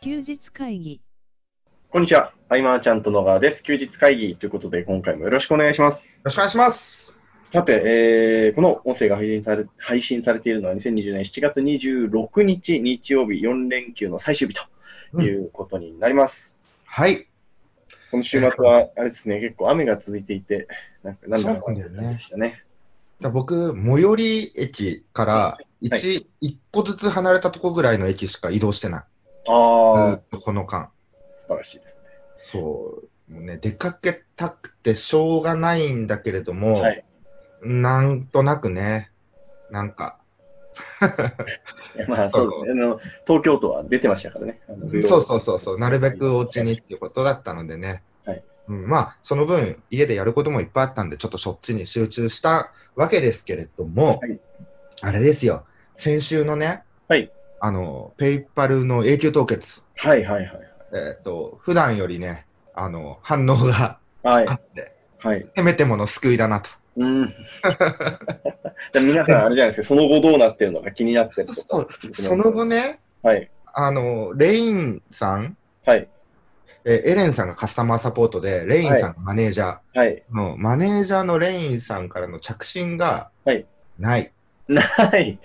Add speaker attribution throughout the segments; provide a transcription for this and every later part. Speaker 1: 休日会議
Speaker 2: こんにちは。アイマーちゃんと野川です。休日会議ということで、今回もよろしくお願いします。
Speaker 3: ろしくお願いします。
Speaker 2: さて、えーこの音声が配信され配信されているのは2020年7月26日日曜日4連休の最終日ということになります。
Speaker 3: はい。
Speaker 2: この週末は、あれですね、結構雨が続いていて、なんか、なんだか
Speaker 3: そうんなんだ
Speaker 2: だ
Speaker 3: よね
Speaker 2: でしたね。
Speaker 3: 僕、最寄り駅から1、一個ずつ離れたとこぐらいの駅しか移動してない。
Speaker 2: あ
Speaker 3: ずーっとこの間。
Speaker 2: あ、素晴らしいですね。
Speaker 3: そう。もうね、出かけたくてしょうがないんだけれども、
Speaker 2: はい。
Speaker 3: なんとなくね、なんか、
Speaker 2: いやまあ、そうですね。あの東京都は出てましたからね。あの
Speaker 3: そうそうそうそう、なるべくお家にっていうことだったのでね、
Speaker 2: はい
Speaker 3: うん、まあ、その分、家でやることもいっぱいあったんで、ちょっとそっちに集中したわけですけれども、
Speaker 2: はい
Speaker 3: あれですよ、先週のね、
Speaker 2: はい
Speaker 3: あのペイパルの永久凍結、
Speaker 2: はいはいはい。
Speaker 3: えっと普段よりね、あの反応が
Speaker 2: はい
Speaker 3: あ。って、
Speaker 2: はい。
Speaker 3: せめてもの救いだなと。
Speaker 2: うん。 じゃあ皆さん、あれじゃないですか、その後どうなってるのか気になって
Speaker 3: そ
Speaker 2: る
Speaker 3: う
Speaker 2: とか。
Speaker 3: そうその後ね、
Speaker 2: はい。
Speaker 3: あのレインさん、
Speaker 2: はい。
Speaker 3: えエレンさんがカスタマーサポートで、レインさんがマネージャー。
Speaker 2: はい。
Speaker 3: のマネージャーのレインさんからの着信が
Speaker 2: はい
Speaker 3: ない、
Speaker 2: ない。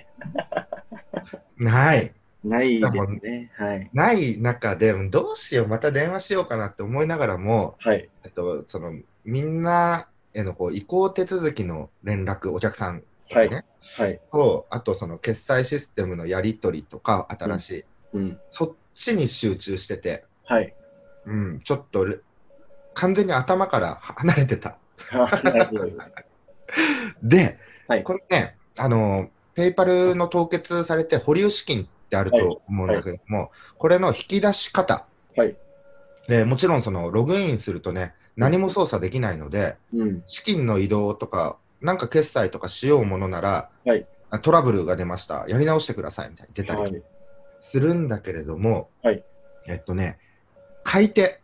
Speaker 3: ない、
Speaker 2: ないですね。はい。
Speaker 3: ない中で、うんどうしよう、また電話しようかなって思いながらも、
Speaker 2: はい。
Speaker 3: えっと、そのみんなへのこう移行手続きの連絡、お客さんとか
Speaker 2: は
Speaker 3: ね、
Speaker 2: い。はい。
Speaker 3: とあとその決済システムのやり取りとか、新しい、
Speaker 2: うん。
Speaker 3: そっちに集中してて、
Speaker 2: はい。
Speaker 3: うん、ちょっとれ完全に頭から離れてた。
Speaker 2: あなるほど
Speaker 3: で、
Speaker 2: はい
Speaker 3: これね、あの、ペイパルの凍結されて保留資金ってあると思うんだけども、これの引き出し方、
Speaker 2: はい
Speaker 3: でもちろんそのログインするとね、何も操作できないので、
Speaker 2: うん。
Speaker 3: 資金の移動とか、なんか決済とかしようものなら、
Speaker 2: はい
Speaker 3: あトラブルが出ました、やり直してくださいみたいに出た
Speaker 2: はい
Speaker 3: り。するんだけれども、
Speaker 2: はい
Speaker 3: えっとね、買い手、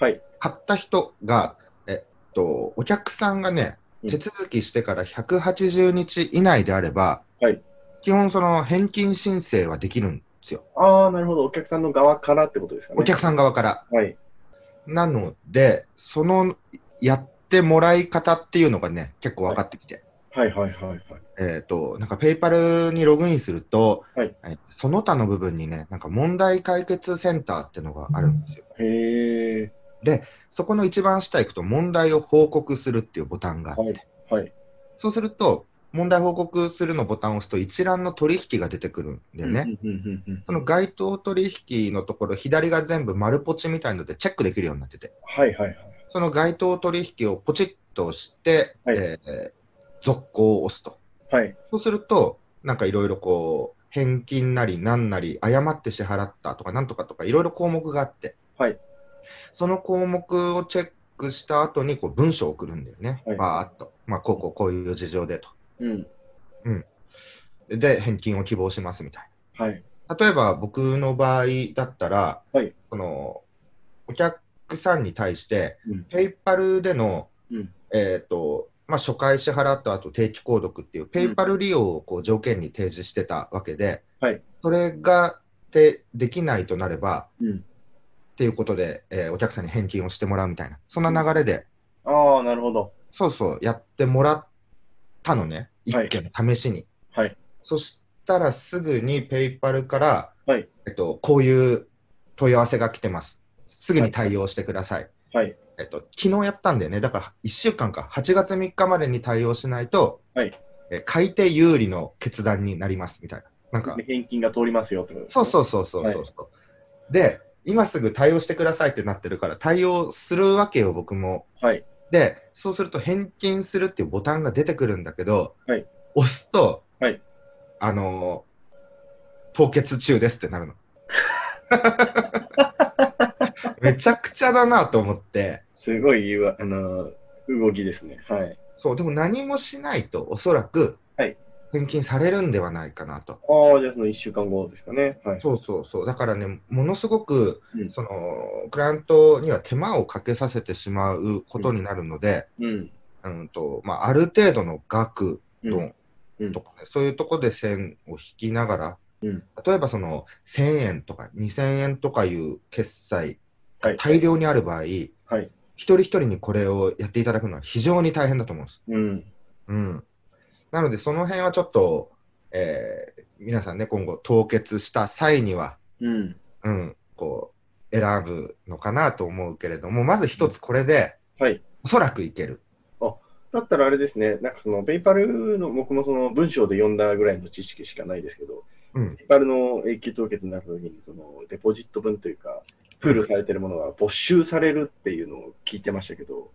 Speaker 2: はい。
Speaker 3: 買った人が、えっと、お客さんがね、
Speaker 2: うん
Speaker 3: 手続きしてから180日以内であれば、
Speaker 2: はい
Speaker 3: 基本、その返金申請はできるんですよ、
Speaker 2: ああ、なるほど。お客さんの側からってことですかね。
Speaker 3: お客さん側から。
Speaker 2: はい。
Speaker 3: なので、そのやってもらい方っていうのがね、結構分かってきて、
Speaker 2: はいはいはいはい。
Speaker 3: えっとなんかペイパルにログインすると、
Speaker 2: はい
Speaker 3: えその他の部分にね、なんか問題解決センターっていうのがあるんですよ。
Speaker 2: へえ。
Speaker 3: そこの一番下行くと、問題を報告するっていうボタンがあって
Speaker 2: はい。はい。
Speaker 3: そうすると、問題報告するのボタンを押すと、一覧の取引が出てくるんだよね。
Speaker 2: うんうんうんうん
Speaker 3: その該当取引のところ、左が全部丸ポチみたいのでチェックできるようになってて、
Speaker 2: はいはいはい。
Speaker 3: その該当取引をポチッと押して、
Speaker 2: はい
Speaker 3: えー続行を押すと。
Speaker 2: はい。
Speaker 3: そうすると、なんかいろいろこう、返金なりなんなり、誤って支払ったとか、なんとかとか、いろいろ項目があって、
Speaker 2: はい
Speaker 3: その項目をチェックした後にこう文章を送るんだよね、
Speaker 2: はい
Speaker 3: ばーっと、まあ、こうこうこういう事情でと。
Speaker 2: うん。
Speaker 3: で、返金を希望しますみたい
Speaker 2: はい。
Speaker 3: な。例えば僕の場合だったら、
Speaker 2: はい
Speaker 3: そのお客さんに対して
Speaker 2: うん、
Speaker 3: ペイパルでの、
Speaker 2: うん
Speaker 3: えっ、と、まあ、初回支払った後定期購読っていう、ペイパル利用をこう条件に提示してたわけで、
Speaker 2: はい
Speaker 3: それがでできないとなれば、
Speaker 2: うん。
Speaker 3: っていうことで、えーお客さんに返金をしてもらうみたいな、そんな流れで、
Speaker 2: ああ、なるほど。
Speaker 3: そうそう、やってもらったのね、
Speaker 2: はい
Speaker 3: 一件試しに。
Speaker 2: はい。
Speaker 3: そしたらすぐにペイパルから、
Speaker 2: はい
Speaker 3: えっと、こういう問い合わせが来てます。すぐに対応してください。
Speaker 2: はい。
Speaker 3: えっと、昨日やったんだよね。だから1週間か。8月3日までに対応しないと、
Speaker 2: はい
Speaker 3: え買い手有利の決断になりますみたいな。なんか
Speaker 2: で、返金が通りますよってことです
Speaker 3: そう
Speaker 2: ね
Speaker 3: そうそうそうそうそう。で、今すぐ対応してくださいってなってるから、対応するわけよ、僕も。
Speaker 2: はい。
Speaker 3: で、そうすると返金するっていうボタンが出てくるんだけど、
Speaker 2: はい
Speaker 3: 押すと、
Speaker 2: はい
Speaker 3: あのー凍結中ですって なるの。めちゃくちゃだなと思って、
Speaker 2: すごい、あの、動きですね。はい。
Speaker 3: そう、でも何もしないと、おそらく、
Speaker 2: はい
Speaker 3: 返金されるんではないかなと。
Speaker 2: ああ、じゃあその1週間後ですかね。はい。
Speaker 3: そうそうそう、だからね、ものすごく、
Speaker 2: うん
Speaker 3: そのクライアントには手間をかけさせてしまうことになるので、
Speaker 2: うん。
Speaker 3: うんとまあ、ある程度の額
Speaker 2: うん
Speaker 3: の
Speaker 2: うん
Speaker 3: とかね、そういうとこで線を引きながら、
Speaker 2: うん
Speaker 3: 例えばその1000円とか2000円とかいう決済
Speaker 2: は
Speaker 3: が
Speaker 2: い
Speaker 3: 大量にある場合、
Speaker 2: はい。
Speaker 3: 一人一人にこれをやっていただくのは非常に大変だと思うんです。
Speaker 2: うん。
Speaker 3: うん、なので、その辺はちょっと、えー皆さんね、今後凍結した際には、
Speaker 2: うん。
Speaker 3: うん、こう、選ぶのかなと思うけれども、まず一つこれで、
Speaker 2: はい
Speaker 3: おそらくいける。
Speaker 2: だったらあれですね、なんかその、ペイパルの、僕もその文章で読んだぐらいの知識しかないですけど、
Speaker 3: うん、
Speaker 2: ペイパルの永久凍結になった時に、その、デポジット分というか、プールされてるものが没収されるっていうのを聞いてましたけど、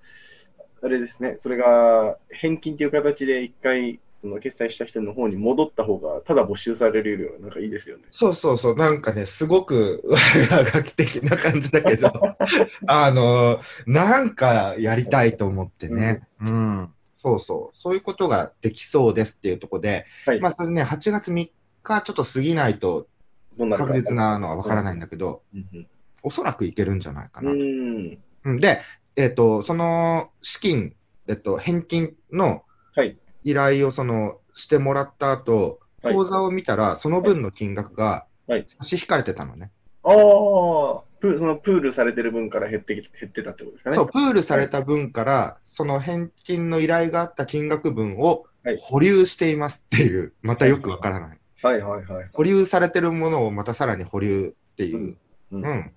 Speaker 2: あれですね、それが返金という形で一回、その決済した人の方に戻った方が、ただ没収されるよりは、なんかいいですよね。
Speaker 3: そうそうそう、なんかね、すごく 我がき的な感じだけ ど、あのなんかやりたいと思ってね、うん、そうそう、そういうことができそうですっていうところで、
Speaker 2: はい
Speaker 3: まあ、それね、8月3日、ちょっと過ぎないと
Speaker 2: どんなのか
Speaker 3: 確実。なのはわからないんだけど、
Speaker 2: うん
Speaker 3: おそらくいけるんじゃないか
Speaker 2: うん。
Speaker 3: な
Speaker 2: う
Speaker 3: と。
Speaker 2: ん。
Speaker 3: うんで、えっと、その資金、えっと、返金の
Speaker 2: はい
Speaker 3: 依頼をそのしてもらった後、
Speaker 2: はい
Speaker 3: 口座を見たら、その分の金額が
Speaker 2: はい
Speaker 3: 差し引かれてたのね。
Speaker 2: ああ、プーそのプールされてる分から減ってき減ってたってことですかね。
Speaker 3: そう、プールされた分から、その返金の依頼があった金額分を
Speaker 2: はい
Speaker 3: 保留していますっていう、またよくわからない。
Speaker 2: はいはいはい。。
Speaker 3: 保留されてるものをまたさらに保留っていううん
Speaker 2: うん
Speaker 3: うん。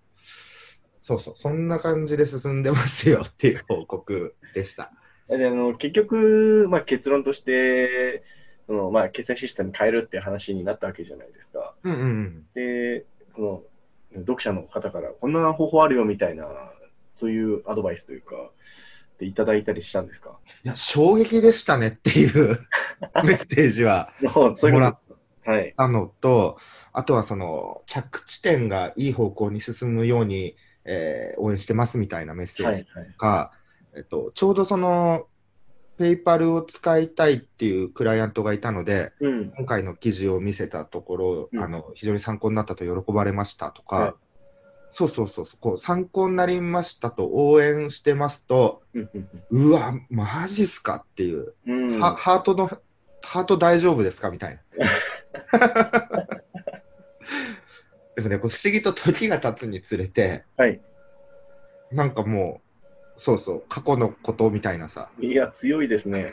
Speaker 3: そうそう、そんな感じで進んでますよっていう報告でした。
Speaker 2: であの結局、まあ、結論として、そのまあ、決済システム変えるっていう話になったわけじゃないですか。
Speaker 3: うんうんうん。
Speaker 2: で、その読者の方からこんな方法あるよみたいな、そういうアドバイスというか、でいただいたりしたんですか
Speaker 3: いや、衝撃でしたねっていうメッセージは
Speaker 2: そうい
Speaker 3: も
Speaker 2: う
Speaker 3: ら
Speaker 2: こ
Speaker 3: っ
Speaker 2: と。はい。
Speaker 3: たのと、あとはその着地点がいい方向に進むように、えー応援してますみたいなメッセ
Speaker 2: は
Speaker 3: ー
Speaker 2: い。は
Speaker 3: ジ
Speaker 2: い
Speaker 3: とか、えっと、ちょうどその、ペイパルを使いたいっていうクライアントがいたので、
Speaker 2: うん。
Speaker 3: 今回の記事を見せたところ、
Speaker 2: うん
Speaker 3: あの非常に参考になったと喜ばれましたとか、
Speaker 2: はい
Speaker 3: そうそうそうそうこう参考になりましたと応援してますと
Speaker 2: うんうん
Speaker 3: うわマジっすかっていう、
Speaker 2: うんうん
Speaker 3: はハートのハート大丈夫ですかみたい な。でもねこう不思議と時が経つにつれて、
Speaker 2: はい
Speaker 3: なんかもうそうそう過去のことみたいなさ
Speaker 2: いや、強いですね。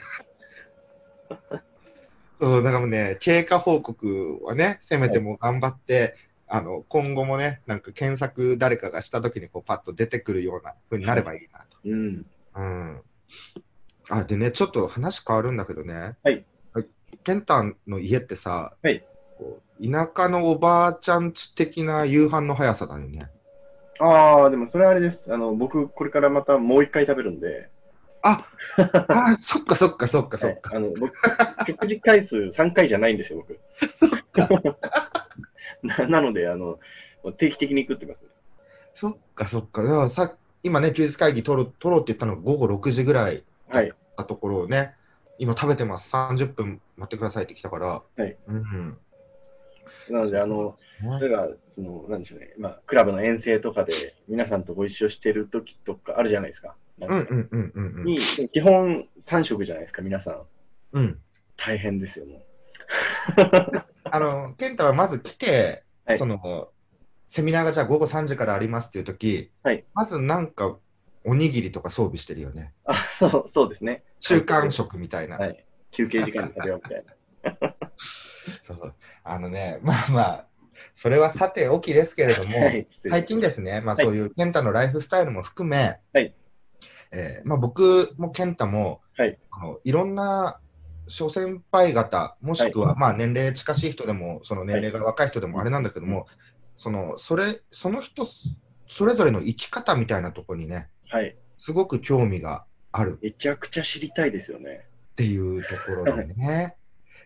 Speaker 3: そう、だからもうね、経過報告はね、せめてもう頑張って、あの、今後もね、なんか検索誰かがしたときにこうパッと出てくるような風になればいいなと。
Speaker 2: うん。
Speaker 3: うん。あ、でね、ちょっと話変わるんだけどね。
Speaker 2: はい。
Speaker 3: ケンタンの家ってさ、
Speaker 2: はい
Speaker 3: こう田舎のおばあちゃんち的な夕飯の速さだよね。
Speaker 2: ああ、でもそれはあれです。あの、僕、これからまたもう一回食べるんで、
Speaker 3: あ、あ、そっかそっかそっかそ
Speaker 2: は
Speaker 3: っ
Speaker 2: い
Speaker 3: か。
Speaker 2: あの僕、食事回数3回じゃないんですよ、僕。 ななのであの、定期的に食ってます。
Speaker 3: そっかそっか。だからさ今ね、休日会議取る取ろうって言ったのが午後6時ぐらい
Speaker 2: はい。
Speaker 3: ったところをね、今食べてます、30分待ってくださいって来たから、
Speaker 2: はい
Speaker 3: うん
Speaker 2: なので、あの、
Speaker 3: うん
Speaker 2: 例えば、その、なんでしょうね、まあ、クラブの遠征とかで、皆さんとご一緒してる時とかあるじゃないですか。なん
Speaker 3: う
Speaker 2: か
Speaker 3: んうんうんうんうん
Speaker 2: に、基本3食じゃないですか、皆さん。
Speaker 3: うん
Speaker 2: 大変ですよ、も
Speaker 3: あの、健太はまず来て、
Speaker 2: はい
Speaker 3: そのセミナーがじゃあ午後3時からありますっていう時、
Speaker 2: はい
Speaker 3: まずなんかおにぎりとか装備してるよね。
Speaker 2: う。あ、そう、 そうですね。
Speaker 3: 中間食みたいな。
Speaker 2: はい。休憩時間に食べようみたいな。
Speaker 3: そうあのね、まあまあ、それはさておきですけれど も、
Speaker 2: はい。失礼
Speaker 3: 最近ですね、まあ、
Speaker 2: はい
Speaker 3: そういう健太のライフスタイルも含め、
Speaker 2: はい
Speaker 3: えーまあ、僕も健太も、
Speaker 2: はい
Speaker 3: あのいろんな諸先輩方、もしくは、
Speaker 2: はい
Speaker 3: まあ、年齢近しい人でも、その年齢が若い人でもあれなんだけども、そのそれその人それぞれの生き方みたいなところにね、
Speaker 2: はい。
Speaker 3: すごく興味がある
Speaker 2: めちゃくちゃ知りたいですよね。
Speaker 3: っていうところ だね。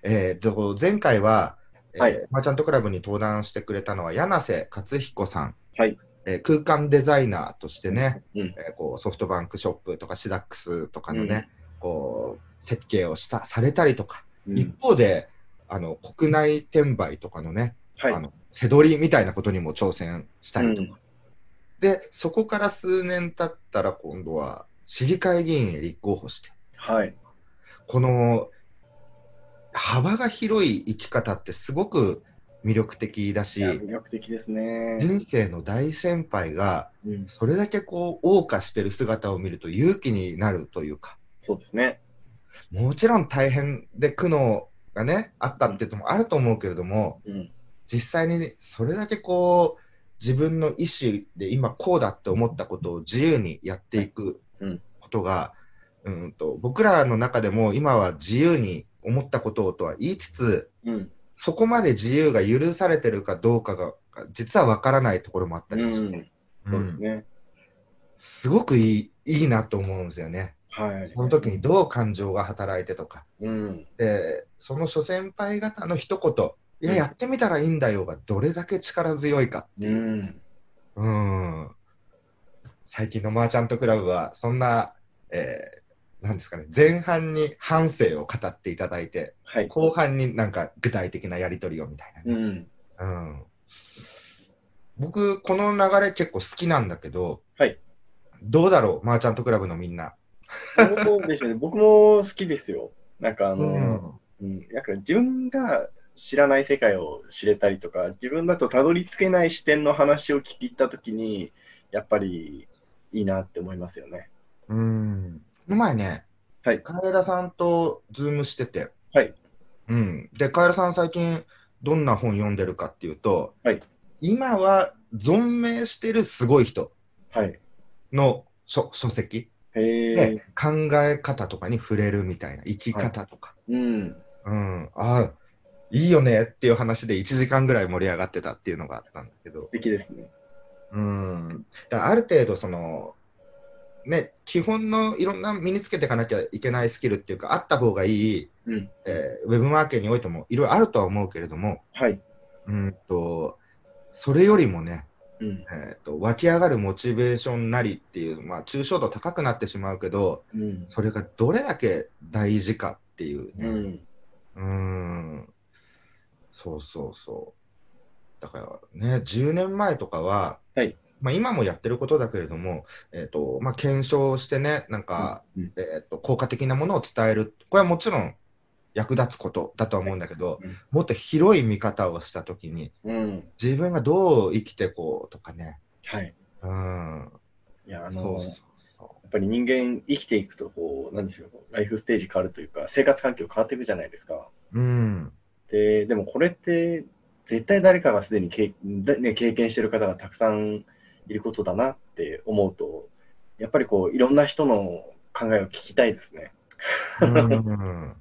Speaker 3: えー、と前回は、えー
Speaker 2: はい
Speaker 3: マーチャントクラブに登壇してくれたのは柳瀬克彦さん、
Speaker 2: はい
Speaker 3: えー空間デザイナーとしてね、
Speaker 2: うん。
Speaker 3: えーこうソフトバンクショップとかシダックスとかのね、こう設計をしたされたりとか、
Speaker 2: うん
Speaker 3: 一方であの国内転売とかのね、
Speaker 2: はい
Speaker 3: あ。の背取りみたいなことにも挑戦したりとか、でそこから数年経ったら今度は市議会議員へ立候補して
Speaker 2: はい。
Speaker 3: この幅が広い生き方ってすごく魅力的
Speaker 2: い
Speaker 3: だ
Speaker 2: や
Speaker 3: し、
Speaker 2: 魅力的ですね。
Speaker 3: 人生の大先輩が、
Speaker 2: うん、
Speaker 3: それだけこう、謳歌してる姿を見ると勇気になるというか、
Speaker 2: そうですね。
Speaker 3: もちろん大変で苦悩がね、あったってこともあると思うけれども、
Speaker 2: うん、
Speaker 3: 実際にそれだけこう、自分の意思で今こうだって思ったことを自由にやっていく
Speaker 2: うん
Speaker 3: ことが、うんと僕らの中でも今は自由に思ったことをとは言いつつ、
Speaker 2: うん、
Speaker 3: そこまで自由が許されてるかどうかが実は分からないところもあったりもし
Speaker 2: そう
Speaker 3: て、
Speaker 2: です
Speaker 3: うん
Speaker 2: ね。
Speaker 3: すごくいいいいなと思うんですよね。
Speaker 2: はい。
Speaker 3: その時にどう感情が働いてとか。
Speaker 2: うん、
Speaker 3: で、その諸先輩方の一言、いや、
Speaker 2: うん
Speaker 3: やってみたらいいんだよがどれだけ力強いかっていうう。
Speaker 2: ん、
Speaker 3: うん。最近のマーチャントクラブは、そんな、えー、なんですかね、前半に反省を語っていただいて、
Speaker 2: はい。
Speaker 3: 後半になんか具体的なやり取りをみたいな
Speaker 2: う
Speaker 3: ね。
Speaker 2: ん、
Speaker 3: うん。僕、この流れ結構好きなんだけど、
Speaker 2: はい
Speaker 3: どうだろう、マーチャントクラブのみんな。
Speaker 2: そうでしょう ね。僕も好きですよ。なんかあの、うん、なんか自分が知らない世界を知れたりとか、自分だとたどり着けない視点の話を聞いたときに、やっぱりいいなって思いますよね。
Speaker 3: うん。この前ね、
Speaker 2: はい
Speaker 3: カエラさんとズームしてて、
Speaker 2: はい。
Speaker 3: うん。で、カエラさん最近どんな本読んでるかっていうと、
Speaker 2: はい
Speaker 3: 今は存命してるすごい人
Speaker 2: はい。
Speaker 3: の書書籍
Speaker 2: へえ、
Speaker 3: で、考え方とかに触れるみたいな、生き方とか。
Speaker 2: うん。
Speaker 3: うん。ああ、いいよねっていう話で1時間ぐらい盛り上がってたっていうのがあったんだけど
Speaker 2: 素、敵ですね。
Speaker 3: うん。だからある程度その、ね、基本のいろんな身につけていかなきゃいけないスキルっていうか、あった方がいい、
Speaker 2: うん。
Speaker 3: えーウェブマーケにおいてもいろいろあるとは思うけれども、
Speaker 2: はい。
Speaker 3: うんと、それよりもね、
Speaker 2: うん。
Speaker 3: えーと、湧き上がるモチベーションなりっていう、まあ、抽象度高くなってしまうけど、
Speaker 2: うん。
Speaker 3: それがどれだけ大事かっていう
Speaker 2: う
Speaker 3: ね。
Speaker 2: ん。
Speaker 3: うん、んそうそうそう。だからね、10年前とかは、
Speaker 2: はい
Speaker 3: まあ、今もやってることだけれども、えーとまあ、検証してね、なんか、
Speaker 2: うん、
Speaker 3: えー、と効果的なものを伝える、これはもちろん役立つことだとは思うんだけど、
Speaker 2: はいうん
Speaker 3: もっと広い見方をしたときに、
Speaker 2: うん。
Speaker 3: 自分がどう生きてこうとかね、
Speaker 2: はい。
Speaker 3: うん、
Speaker 2: いや、あの、
Speaker 3: そうそうそ
Speaker 2: やっぱり人間生きていくとこう、なんでしょう、ライフステージ変わるというか、生活環境変わっていくじゃないですか。
Speaker 3: う、うん、
Speaker 2: で、でもこれって、絶対誰かがすでに経だね、経験してる方がたくさんいることだなって思うと、やっぱりこう、いろんな人の考えを聞きたいですね。
Speaker 3: うん、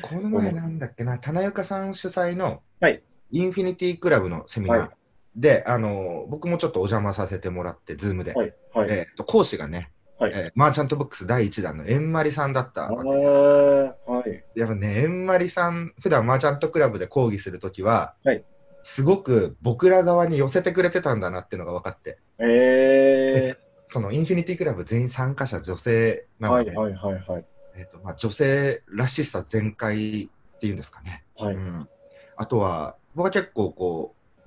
Speaker 3: この前なんだっけな、田中さん主催の
Speaker 2: はい
Speaker 3: インフィニティクラブのセミナー、
Speaker 2: はい
Speaker 3: であの、僕もちょっとお邪魔させてもらって、ズームで、
Speaker 2: はい。はい。
Speaker 3: えー、と講師がね、
Speaker 2: はい
Speaker 3: えーマーチャントブックス第1弾の円まりさんだった
Speaker 2: あ
Speaker 3: わけです。
Speaker 2: ーはい。
Speaker 3: やっぱね、えんまりさん、普段マーチャントクラブで講義するときは、
Speaker 2: はい
Speaker 3: すごく僕ら側に寄せてくれてたんだなっていうのが分かって、
Speaker 2: え
Speaker 3: そのインフィニティクラブ全員参加者女性
Speaker 2: ー、
Speaker 3: な
Speaker 2: は
Speaker 3: の
Speaker 2: い
Speaker 3: で、
Speaker 2: はいはいはい。
Speaker 3: えーとまあ、女性らしさ全開っていうんですかね。
Speaker 2: は
Speaker 3: う
Speaker 2: い。
Speaker 3: んあとは、僕は結構こう、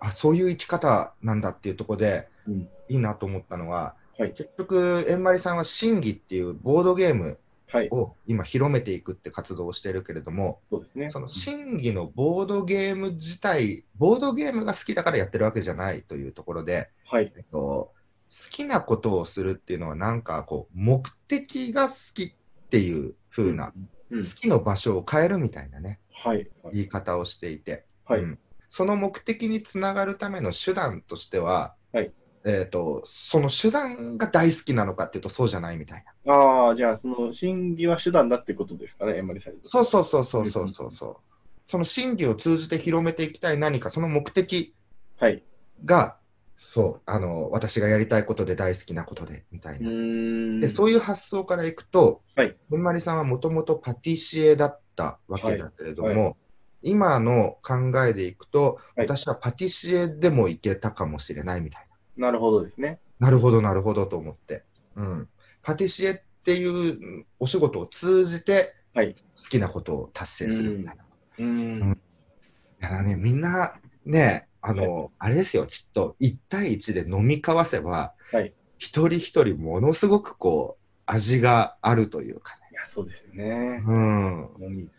Speaker 3: あ、そういう生き方なんだっていうところで、
Speaker 2: うん
Speaker 3: いいなと思ったのは、
Speaker 2: はい
Speaker 3: 結局、えんまりさんは真偽っていうボードゲーム
Speaker 2: はい。
Speaker 3: を今広めていくって活動をしているけれども、
Speaker 2: そうですね。
Speaker 3: その真偽のボードゲーム自体、ボードゲームが好きだからやってるわけじゃないというところで、
Speaker 2: はい。
Speaker 3: えっと、好きなことをするっていうのは、なんかこう、目的が好きっていう風な、
Speaker 2: うん。うん
Speaker 3: 好きの場所を変えるみたいなね、
Speaker 2: はい。はい
Speaker 3: 言い方をしていて、
Speaker 2: はい
Speaker 3: うんその目的につながるための手段としては、
Speaker 2: はい
Speaker 3: えっと、その手段が大好きなのかっていうと、そうじゃないみたいな。
Speaker 2: ああ、じゃあ、その、審議は手段だってことですかね、エンマリさんにとって
Speaker 3: そうそうそうそうそうそうそう。その真偽を通じて広めていきたい何か、その目的
Speaker 2: はい。
Speaker 3: が、そう、あの、私がやりたいことで大好きなことで、みたいうな。
Speaker 2: ーん。
Speaker 3: で、そう
Speaker 2: い
Speaker 3: いう発想からいくと、
Speaker 2: はい。
Speaker 3: んまりさんはもともとパティシエだったわけだけれども、
Speaker 2: はいは
Speaker 3: 今の考えでいくと、
Speaker 2: はい
Speaker 3: 私はパティシエでもいけたかもしれないみたい
Speaker 2: なるほどですね。
Speaker 3: な。なるほど、なるほどと思って。うん。パティシエっていうお仕事を通じて、
Speaker 2: はい
Speaker 3: 好きなことを達成するみたいな。
Speaker 2: うーん。
Speaker 3: うんだからね、みんな、ね、あの、あれですよ、きっと、1対1で飲み交わせば、
Speaker 2: はい
Speaker 3: 一人一人ものすごくこう、味があるというかね。
Speaker 2: いや、そうですよね。
Speaker 3: うん。
Speaker 2: うん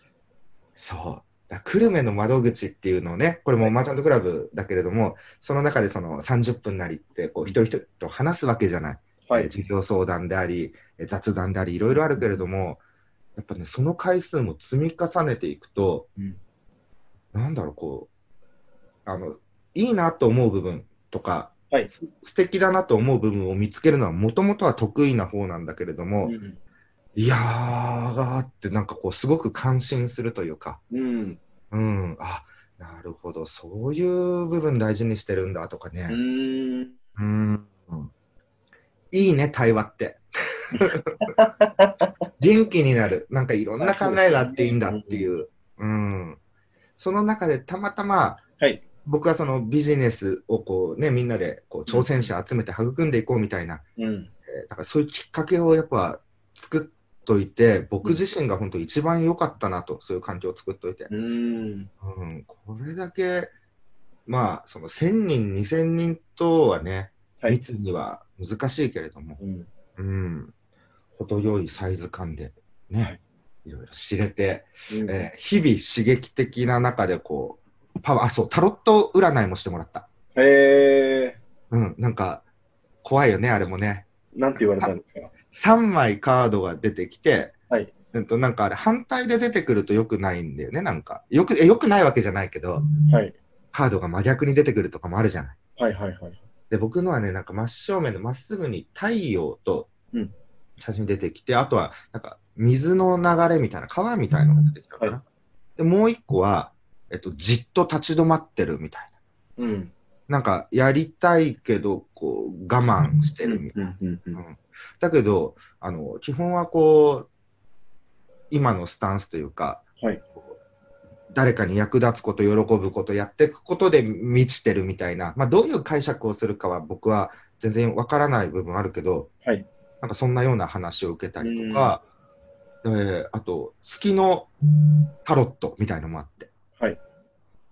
Speaker 3: そう。だから久留米の窓口っていうのをね、これもマーチャントクラブだけれども、その中でその30分なりって、こう、一人一人と話すわけじゃない。
Speaker 2: は
Speaker 3: えー
Speaker 2: い。
Speaker 3: 事業相談であり、えー雑談であり、いろいろあるけれども、やっぱね、その回数も積み重ねていくと、
Speaker 2: うん
Speaker 3: なんだろう、こう、あの、いいなと思う部分とか、
Speaker 2: はい
Speaker 3: す素敵だなと思う部分を見つけるのは、もともとは得意な方なんだけれども、
Speaker 2: うん
Speaker 3: いやーって、なんかこう、すごく感心するというか、
Speaker 2: うん。
Speaker 3: うん、あ、なるほど、そういう部分大事にしてるんだとかね。
Speaker 2: うーん。
Speaker 3: うんいいね、対話 って。元気になる。なんかいろんな考えがあっていいんだっていう。うん。その中でたまたま、
Speaker 2: はい
Speaker 3: 僕はそのビジネスをこうね、みんなでこう挑戦者集めて育んでいこうみたいな、
Speaker 2: うん。
Speaker 3: えーだからそういうきっかけをやっぱ作っといて、僕自身が本当一番良かったなと、そういう環境を作っといて。
Speaker 2: うーん。
Speaker 3: うん、これだけ、まあ、その1000人、2000人とはね、
Speaker 2: はい
Speaker 3: 密には難しいけれども、
Speaker 2: うん。
Speaker 3: うん、程よいサイズ感でね、
Speaker 2: はい
Speaker 3: い、ろいろ知れて、えー日々刺激的な中でこう、パワー、あ、そう、タロット占いもしてもらった。
Speaker 2: え
Speaker 3: うん、なんか、怖いよね、あれもね。
Speaker 2: ー、なんて言われたんですか
Speaker 3: 3枚カードが出てきて、
Speaker 2: はい
Speaker 3: うんとなんかあれ、反対で出てくると良くないんだよね、なんか。よく、えよくないわけじゃないけど、
Speaker 2: はい。
Speaker 3: カードが真逆に出てくるとかもあるじゃない。
Speaker 2: はいはいはい。
Speaker 3: で、僕のはね、なんか真正面のまっすぐに太陽と
Speaker 2: うん
Speaker 3: 写真出てきて、あとはなんか水の流れみたいな、川みたいなのが出てきたのかな。
Speaker 2: は
Speaker 3: で、もう一個は、えっと、じっと立ち止まってるみたいな。
Speaker 2: うん。
Speaker 3: なんか、やりたいけど、こう、我慢してるみたいな。
Speaker 2: うんうんうん
Speaker 3: だけど、あの、基本はこう、今のスタンスというか、
Speaker 2: はい
Speaker 3: 誰かに役立つこと、喜ぶこと、やっていくことで満ちてるみたいな、まあ、どういう解釈をするかは僕は全然わからない部分あるけど、
Speaker 2: はい
Speaker 3: なんかそんなような話を受けたりとか、であと、月のタロットみたいのもあって、
Speaker 2: はい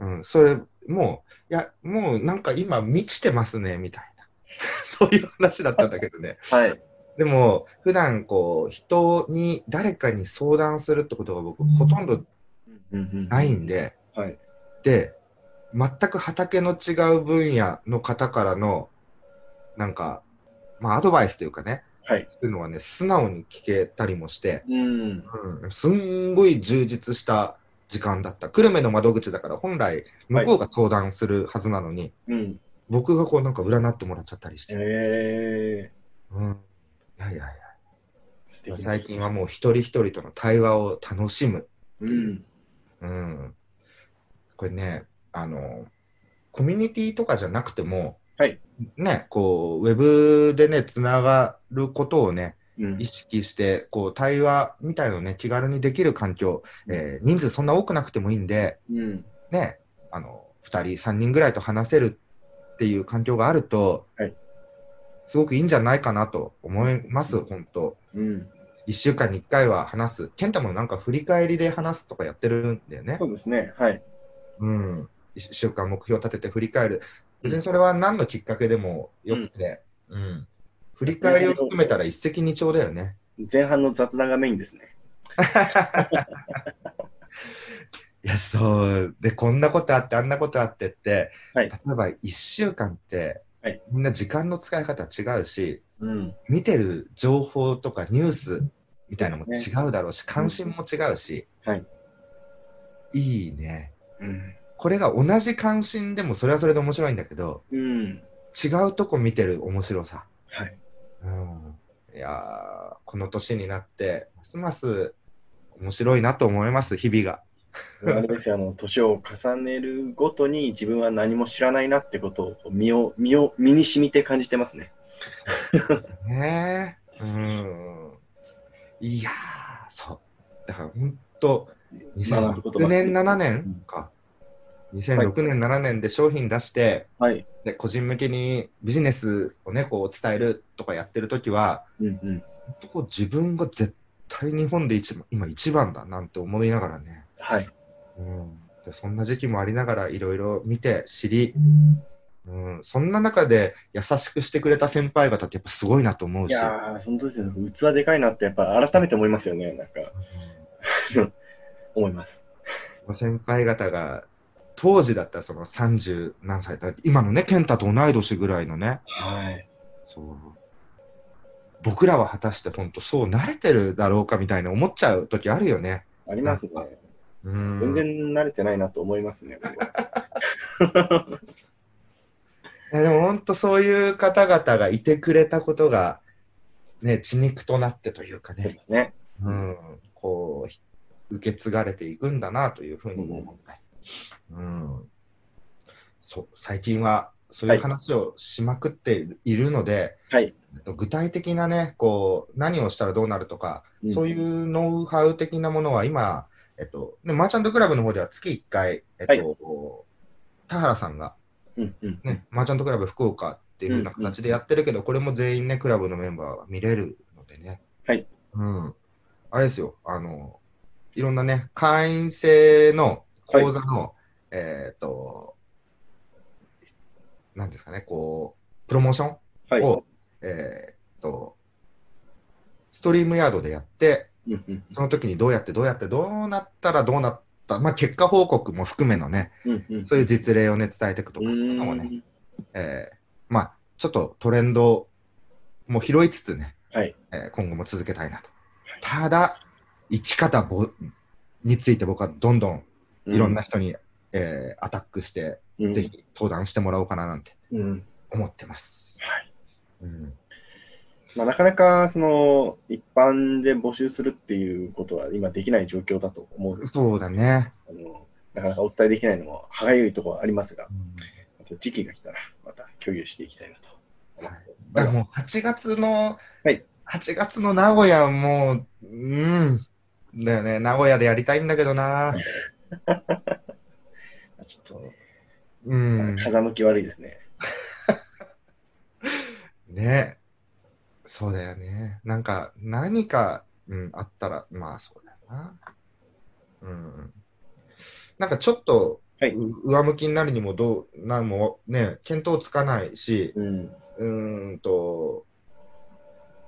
Speaker 3: うん、それもう、いや、もうなんか今満ちてますね、みたいな、 そういう話だったんだけどね。
Speaker 2: はい。
Speaker 3: でも、普段こう、人に、誰かに相談するってことが僕、ほとんどな
Speaker 2: はい
Speaker 3: んで、
Speaker 2: はい
Speaker 3: で、全く畑の違う分野の方からの、なんか、まあ、アドバイスというかね、
Speaker 2: はい。
Speaker 3: そういうのはね、素直に聞けたりもして、
Speaker 2: うん。
Speaker 3: うん、すんごい充実した時間だった。久留米の窓口だから、本来、向こうが相談するはずなのに、
Speaker 2: うん。
Speaker 3: 僕がこう、なんか占ってもらっちゃったりして、
Speaker 2: え
Speaker 3: うん。いやいやいや。
Speaker 2: ー、素敵な
Speaker 3: 最近はもう一人一人との対話を楽しむ。
Speaker 2: うん。
Speaker 3: うん。これね、あの、コミュニティとかじゃなくても、
Speaker 2: はい
Speaker 3: ね、こう、ウェブでね、つながることをね、
Speaker 2: うん
Speaker 3: 意識して、こう、対話みたいのをね、気軽にできる環境、えー人数そんな多くなくてもいいんで、
Speaker 2: うん。
Speaker 3: ね、あの、2人、3人ぐらいと話せるっていう環境があると、
Speaker 2: はい
Speaker 3: すごくいいんじゃないかなと思います、本当。
Speaker 2: うん。
Speaker 3: 1週間に1回は話す。健太もなんか振り返りで話すとかやってるんだよね
Speaker 2: そ。うですね。はい。
Speaker 3: うん。1週間目標立てて振り返る。別にそれは何のきっかけでもよくて、うん。振り返りを含めたら一石二鳥だよね。
Speaker 2: 前半の雑談がメインですね。
Speaker 3: いや、そう。で、こんなことあって、あんなことあってって、
Speaker 2: はい
Speaker 3: 例えば1週間って、
Speaker 2: はい
Speaker 3: みんな時間の使い方違うし、
Speaker 2: うん。
Speaker 3: 見てる情報とかニュースみたいなのも違うだろうし、関心も違うし、
Speaker 2: はい
Speaker 3: いいね。
Speaker 2: うん。
Speaker 3: これが同じ関心でもそれはそれで面白いんだけど、
Speaker 2: うん。
Speaker 3: 違うとこ見てる面白さ。
Speaker 2: はい。
Speaker 3: うん、いやー、この年になって、ますます面白いなと思います、日々が。
Speaker 2: あれですよ、あの、年を重ねるごとに自分は何も知らないなってことを身を、身を、身に染みて感じてますね。
Speaker 3: ねえ。うん。いやー、そう。だから本当、
Speaker 2: 学ぶことば
Speaker 3: 2006
Speaker 2: っかり
Speaker 3: 年、7年か。2006年、7年で商品出して、
Speaker 2: はい。
Speaker 3: で個人向けにビジネスをね、こう伝えるとかやってるときは、
Speaker 2: うんうん。
Speaker 3: 本当こう自分が絶対日本で一番今一番だなんて思いながらね、
Speaker 2: はい。
Speaker 3: うん、でそんな時期もありながらいろいろ見て知り、うん、そんな中で優しくしてくれた先輩方ってやっぱすごいなと思う
Speaker 2: い
Speaker 3: し、
Speaker 2: やー、その時ですね、器でかいなって、やっぱ改めて思いますよね、なんか、
Speaker 3: う
Speaker 2: 思います。
Speaker 3: ん先輩方が、当時だったらその30何歳だ、今のね、健太と同い年ぐらいのね、
Speaker 2: はい。
Speaker 3: そう僕らは果たして本当そう慣れてるだろうかみたいな思っちゃう時あるよね。
Speaker 2: ありますね。
Speaker 3: うん
Speaker 2: 全然慣れてないなと思いますね、僕は
Speaker 3: いやでも本当そういう方々がいてくれたことが、ね、血肉となってというか
Speaker 2: そう
Speaker 3: ね
Speaker 2: で、すね。
Speaker 3: うん、こうひ受け継がれていくんだなというふうにも思ったり、うんそう最近はそういう話をしまくっているので、
Speaker 2: はい。
Speaker 3: えっと具体的なねこう何をしたらどうなるとか、そういううノウハウ的なものは今、えっとね、マーチャントクラブの方では月1回、えっと
Speaker 2: はい
Speaker 3: 田原さんが
Speaker 2: ん。うんうん。
Speaker 3: ね、マーチャントクラブ福岡っていう風な形でやってるけど、これも全員ね、クラブのメンバーは見れるのでね。
Speaker 2: はい。
Speaker 3: うん。あれですよ、あの、いろんなね、会員制の講座の、えっ、と、なんですかね、こう、プロモーション
Speaker 2: はい。
Speaker 3: を、えっ、と、ストリームヤードでやって、
Speaker 2: うんうん
Speaker 3: その時にどうやってどうやってどうなったらどうなった、まあ結果報告も含めのね、
Speaker 2: うんうん。
Speaker 3: そういう実例をね、伝えていくとかっていうのもね、えーまあ、ちょっとトレンドも拾いつつね、
Speaker 2: はい
Speaker 3: えー今後も続けたいなと。ただ、生き方ぼについて僕はどんどん
Speaker 2: う
Speaker 3: いろんな、人に、えーアタックして、
Speaker 2: うん
Speaker 3: ぜ。ひ登壇してもらおうかななんて
Speaker 2: うん。
Speaker 3: 思ってます。
Speaker 2: はい
Speaker 3: うん、
Speaker 2: まあ、なかなか、その、一般で募集するっていうことは今できない状況だと思うんです
Speaker 3: そうだね。
Speaker 2: あのなかなかお伝えできないのも歯がゆいところはありますが、
Speaker 3: うん
Speaker 2: また時期が来たらまた共有していきたいなと思っておりま
Speaker 3: だ
Speaker 2: す。
Speaker 3: からもう8月の、
Speaker 2: はい
Speaker 3: 8月の名古屋もう、うん、だよね、名古屋でやりたいんだけどな。
Speaker 2: ちょっとね、
Speaker 3: うん、
Speaker 2: 風向き悪いですね。
Speaker 3: ねそうだよね。なんか、何か、うん、あったら、まあそうだよな。うん。なんかちょっと、
Speaker 2: はいう
Speaker 3: 上向きになるにもどう、なんもね、見当つかないし、
Speaker 2: うん。
Speaker 3: うーんと、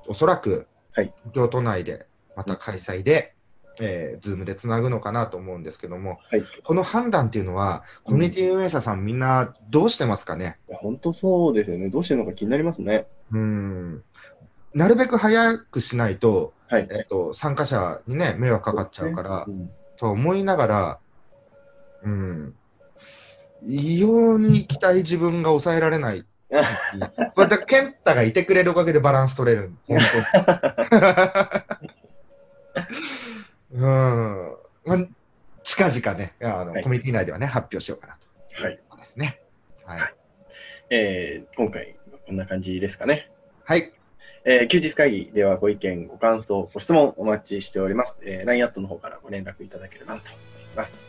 Speaker 3: おそらく、
Speaker 2: はい
Speaker 3: 東京都内で、また開催で、えー、ズームでつなぐのかなと思うんですけども、
Speaker 2: はい。い
Speaker 3: この判断っていうのは、コミュニティ運営者さん、みんなどうしてますかね。
Speaker 2: や本当そうですよね。どうしてるのか気になりますね。
Speaker 3: うんなるべく早くしないと、
Speaker 2: はい。
Speaker 3: えっと、参加者にね、迷惑かかっちゃうから、
Speaker 2: ん
Speaker 3: と思いながら、うん、異様に行きたい自分が抑えられない。また、健太がいてくれるおかげでバランス取れる。本当に うん。まあ、近々ね、あの、
Speaker 2: はい
Speaker 3: コミュニティ内ではね、発表しようかなと。
Speaker 2: はい。
Speaker 3: そうですね。はい。
Speaker 2: えー、今回はこんな感じですかね。
Speaker 3: はい。
Speaker 2: えー、休日会議ではご意見、ご感想、ご質問お待ちしております。えー、LINE アットの方からご連絡いただければと思います。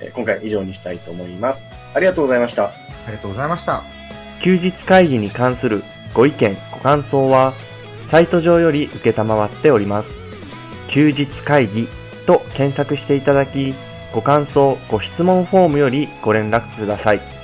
Speaker 2: えー今回以上にしたいと思います。ありがとうございました。
Speaker 3: ありがとうございました。
Speaker 1: 休日会議に関するご意見、ご感想は、サイト上より受けたまわっております。休日会議と検索していただき、ご感想、ご質問フォームよりご連絡ください。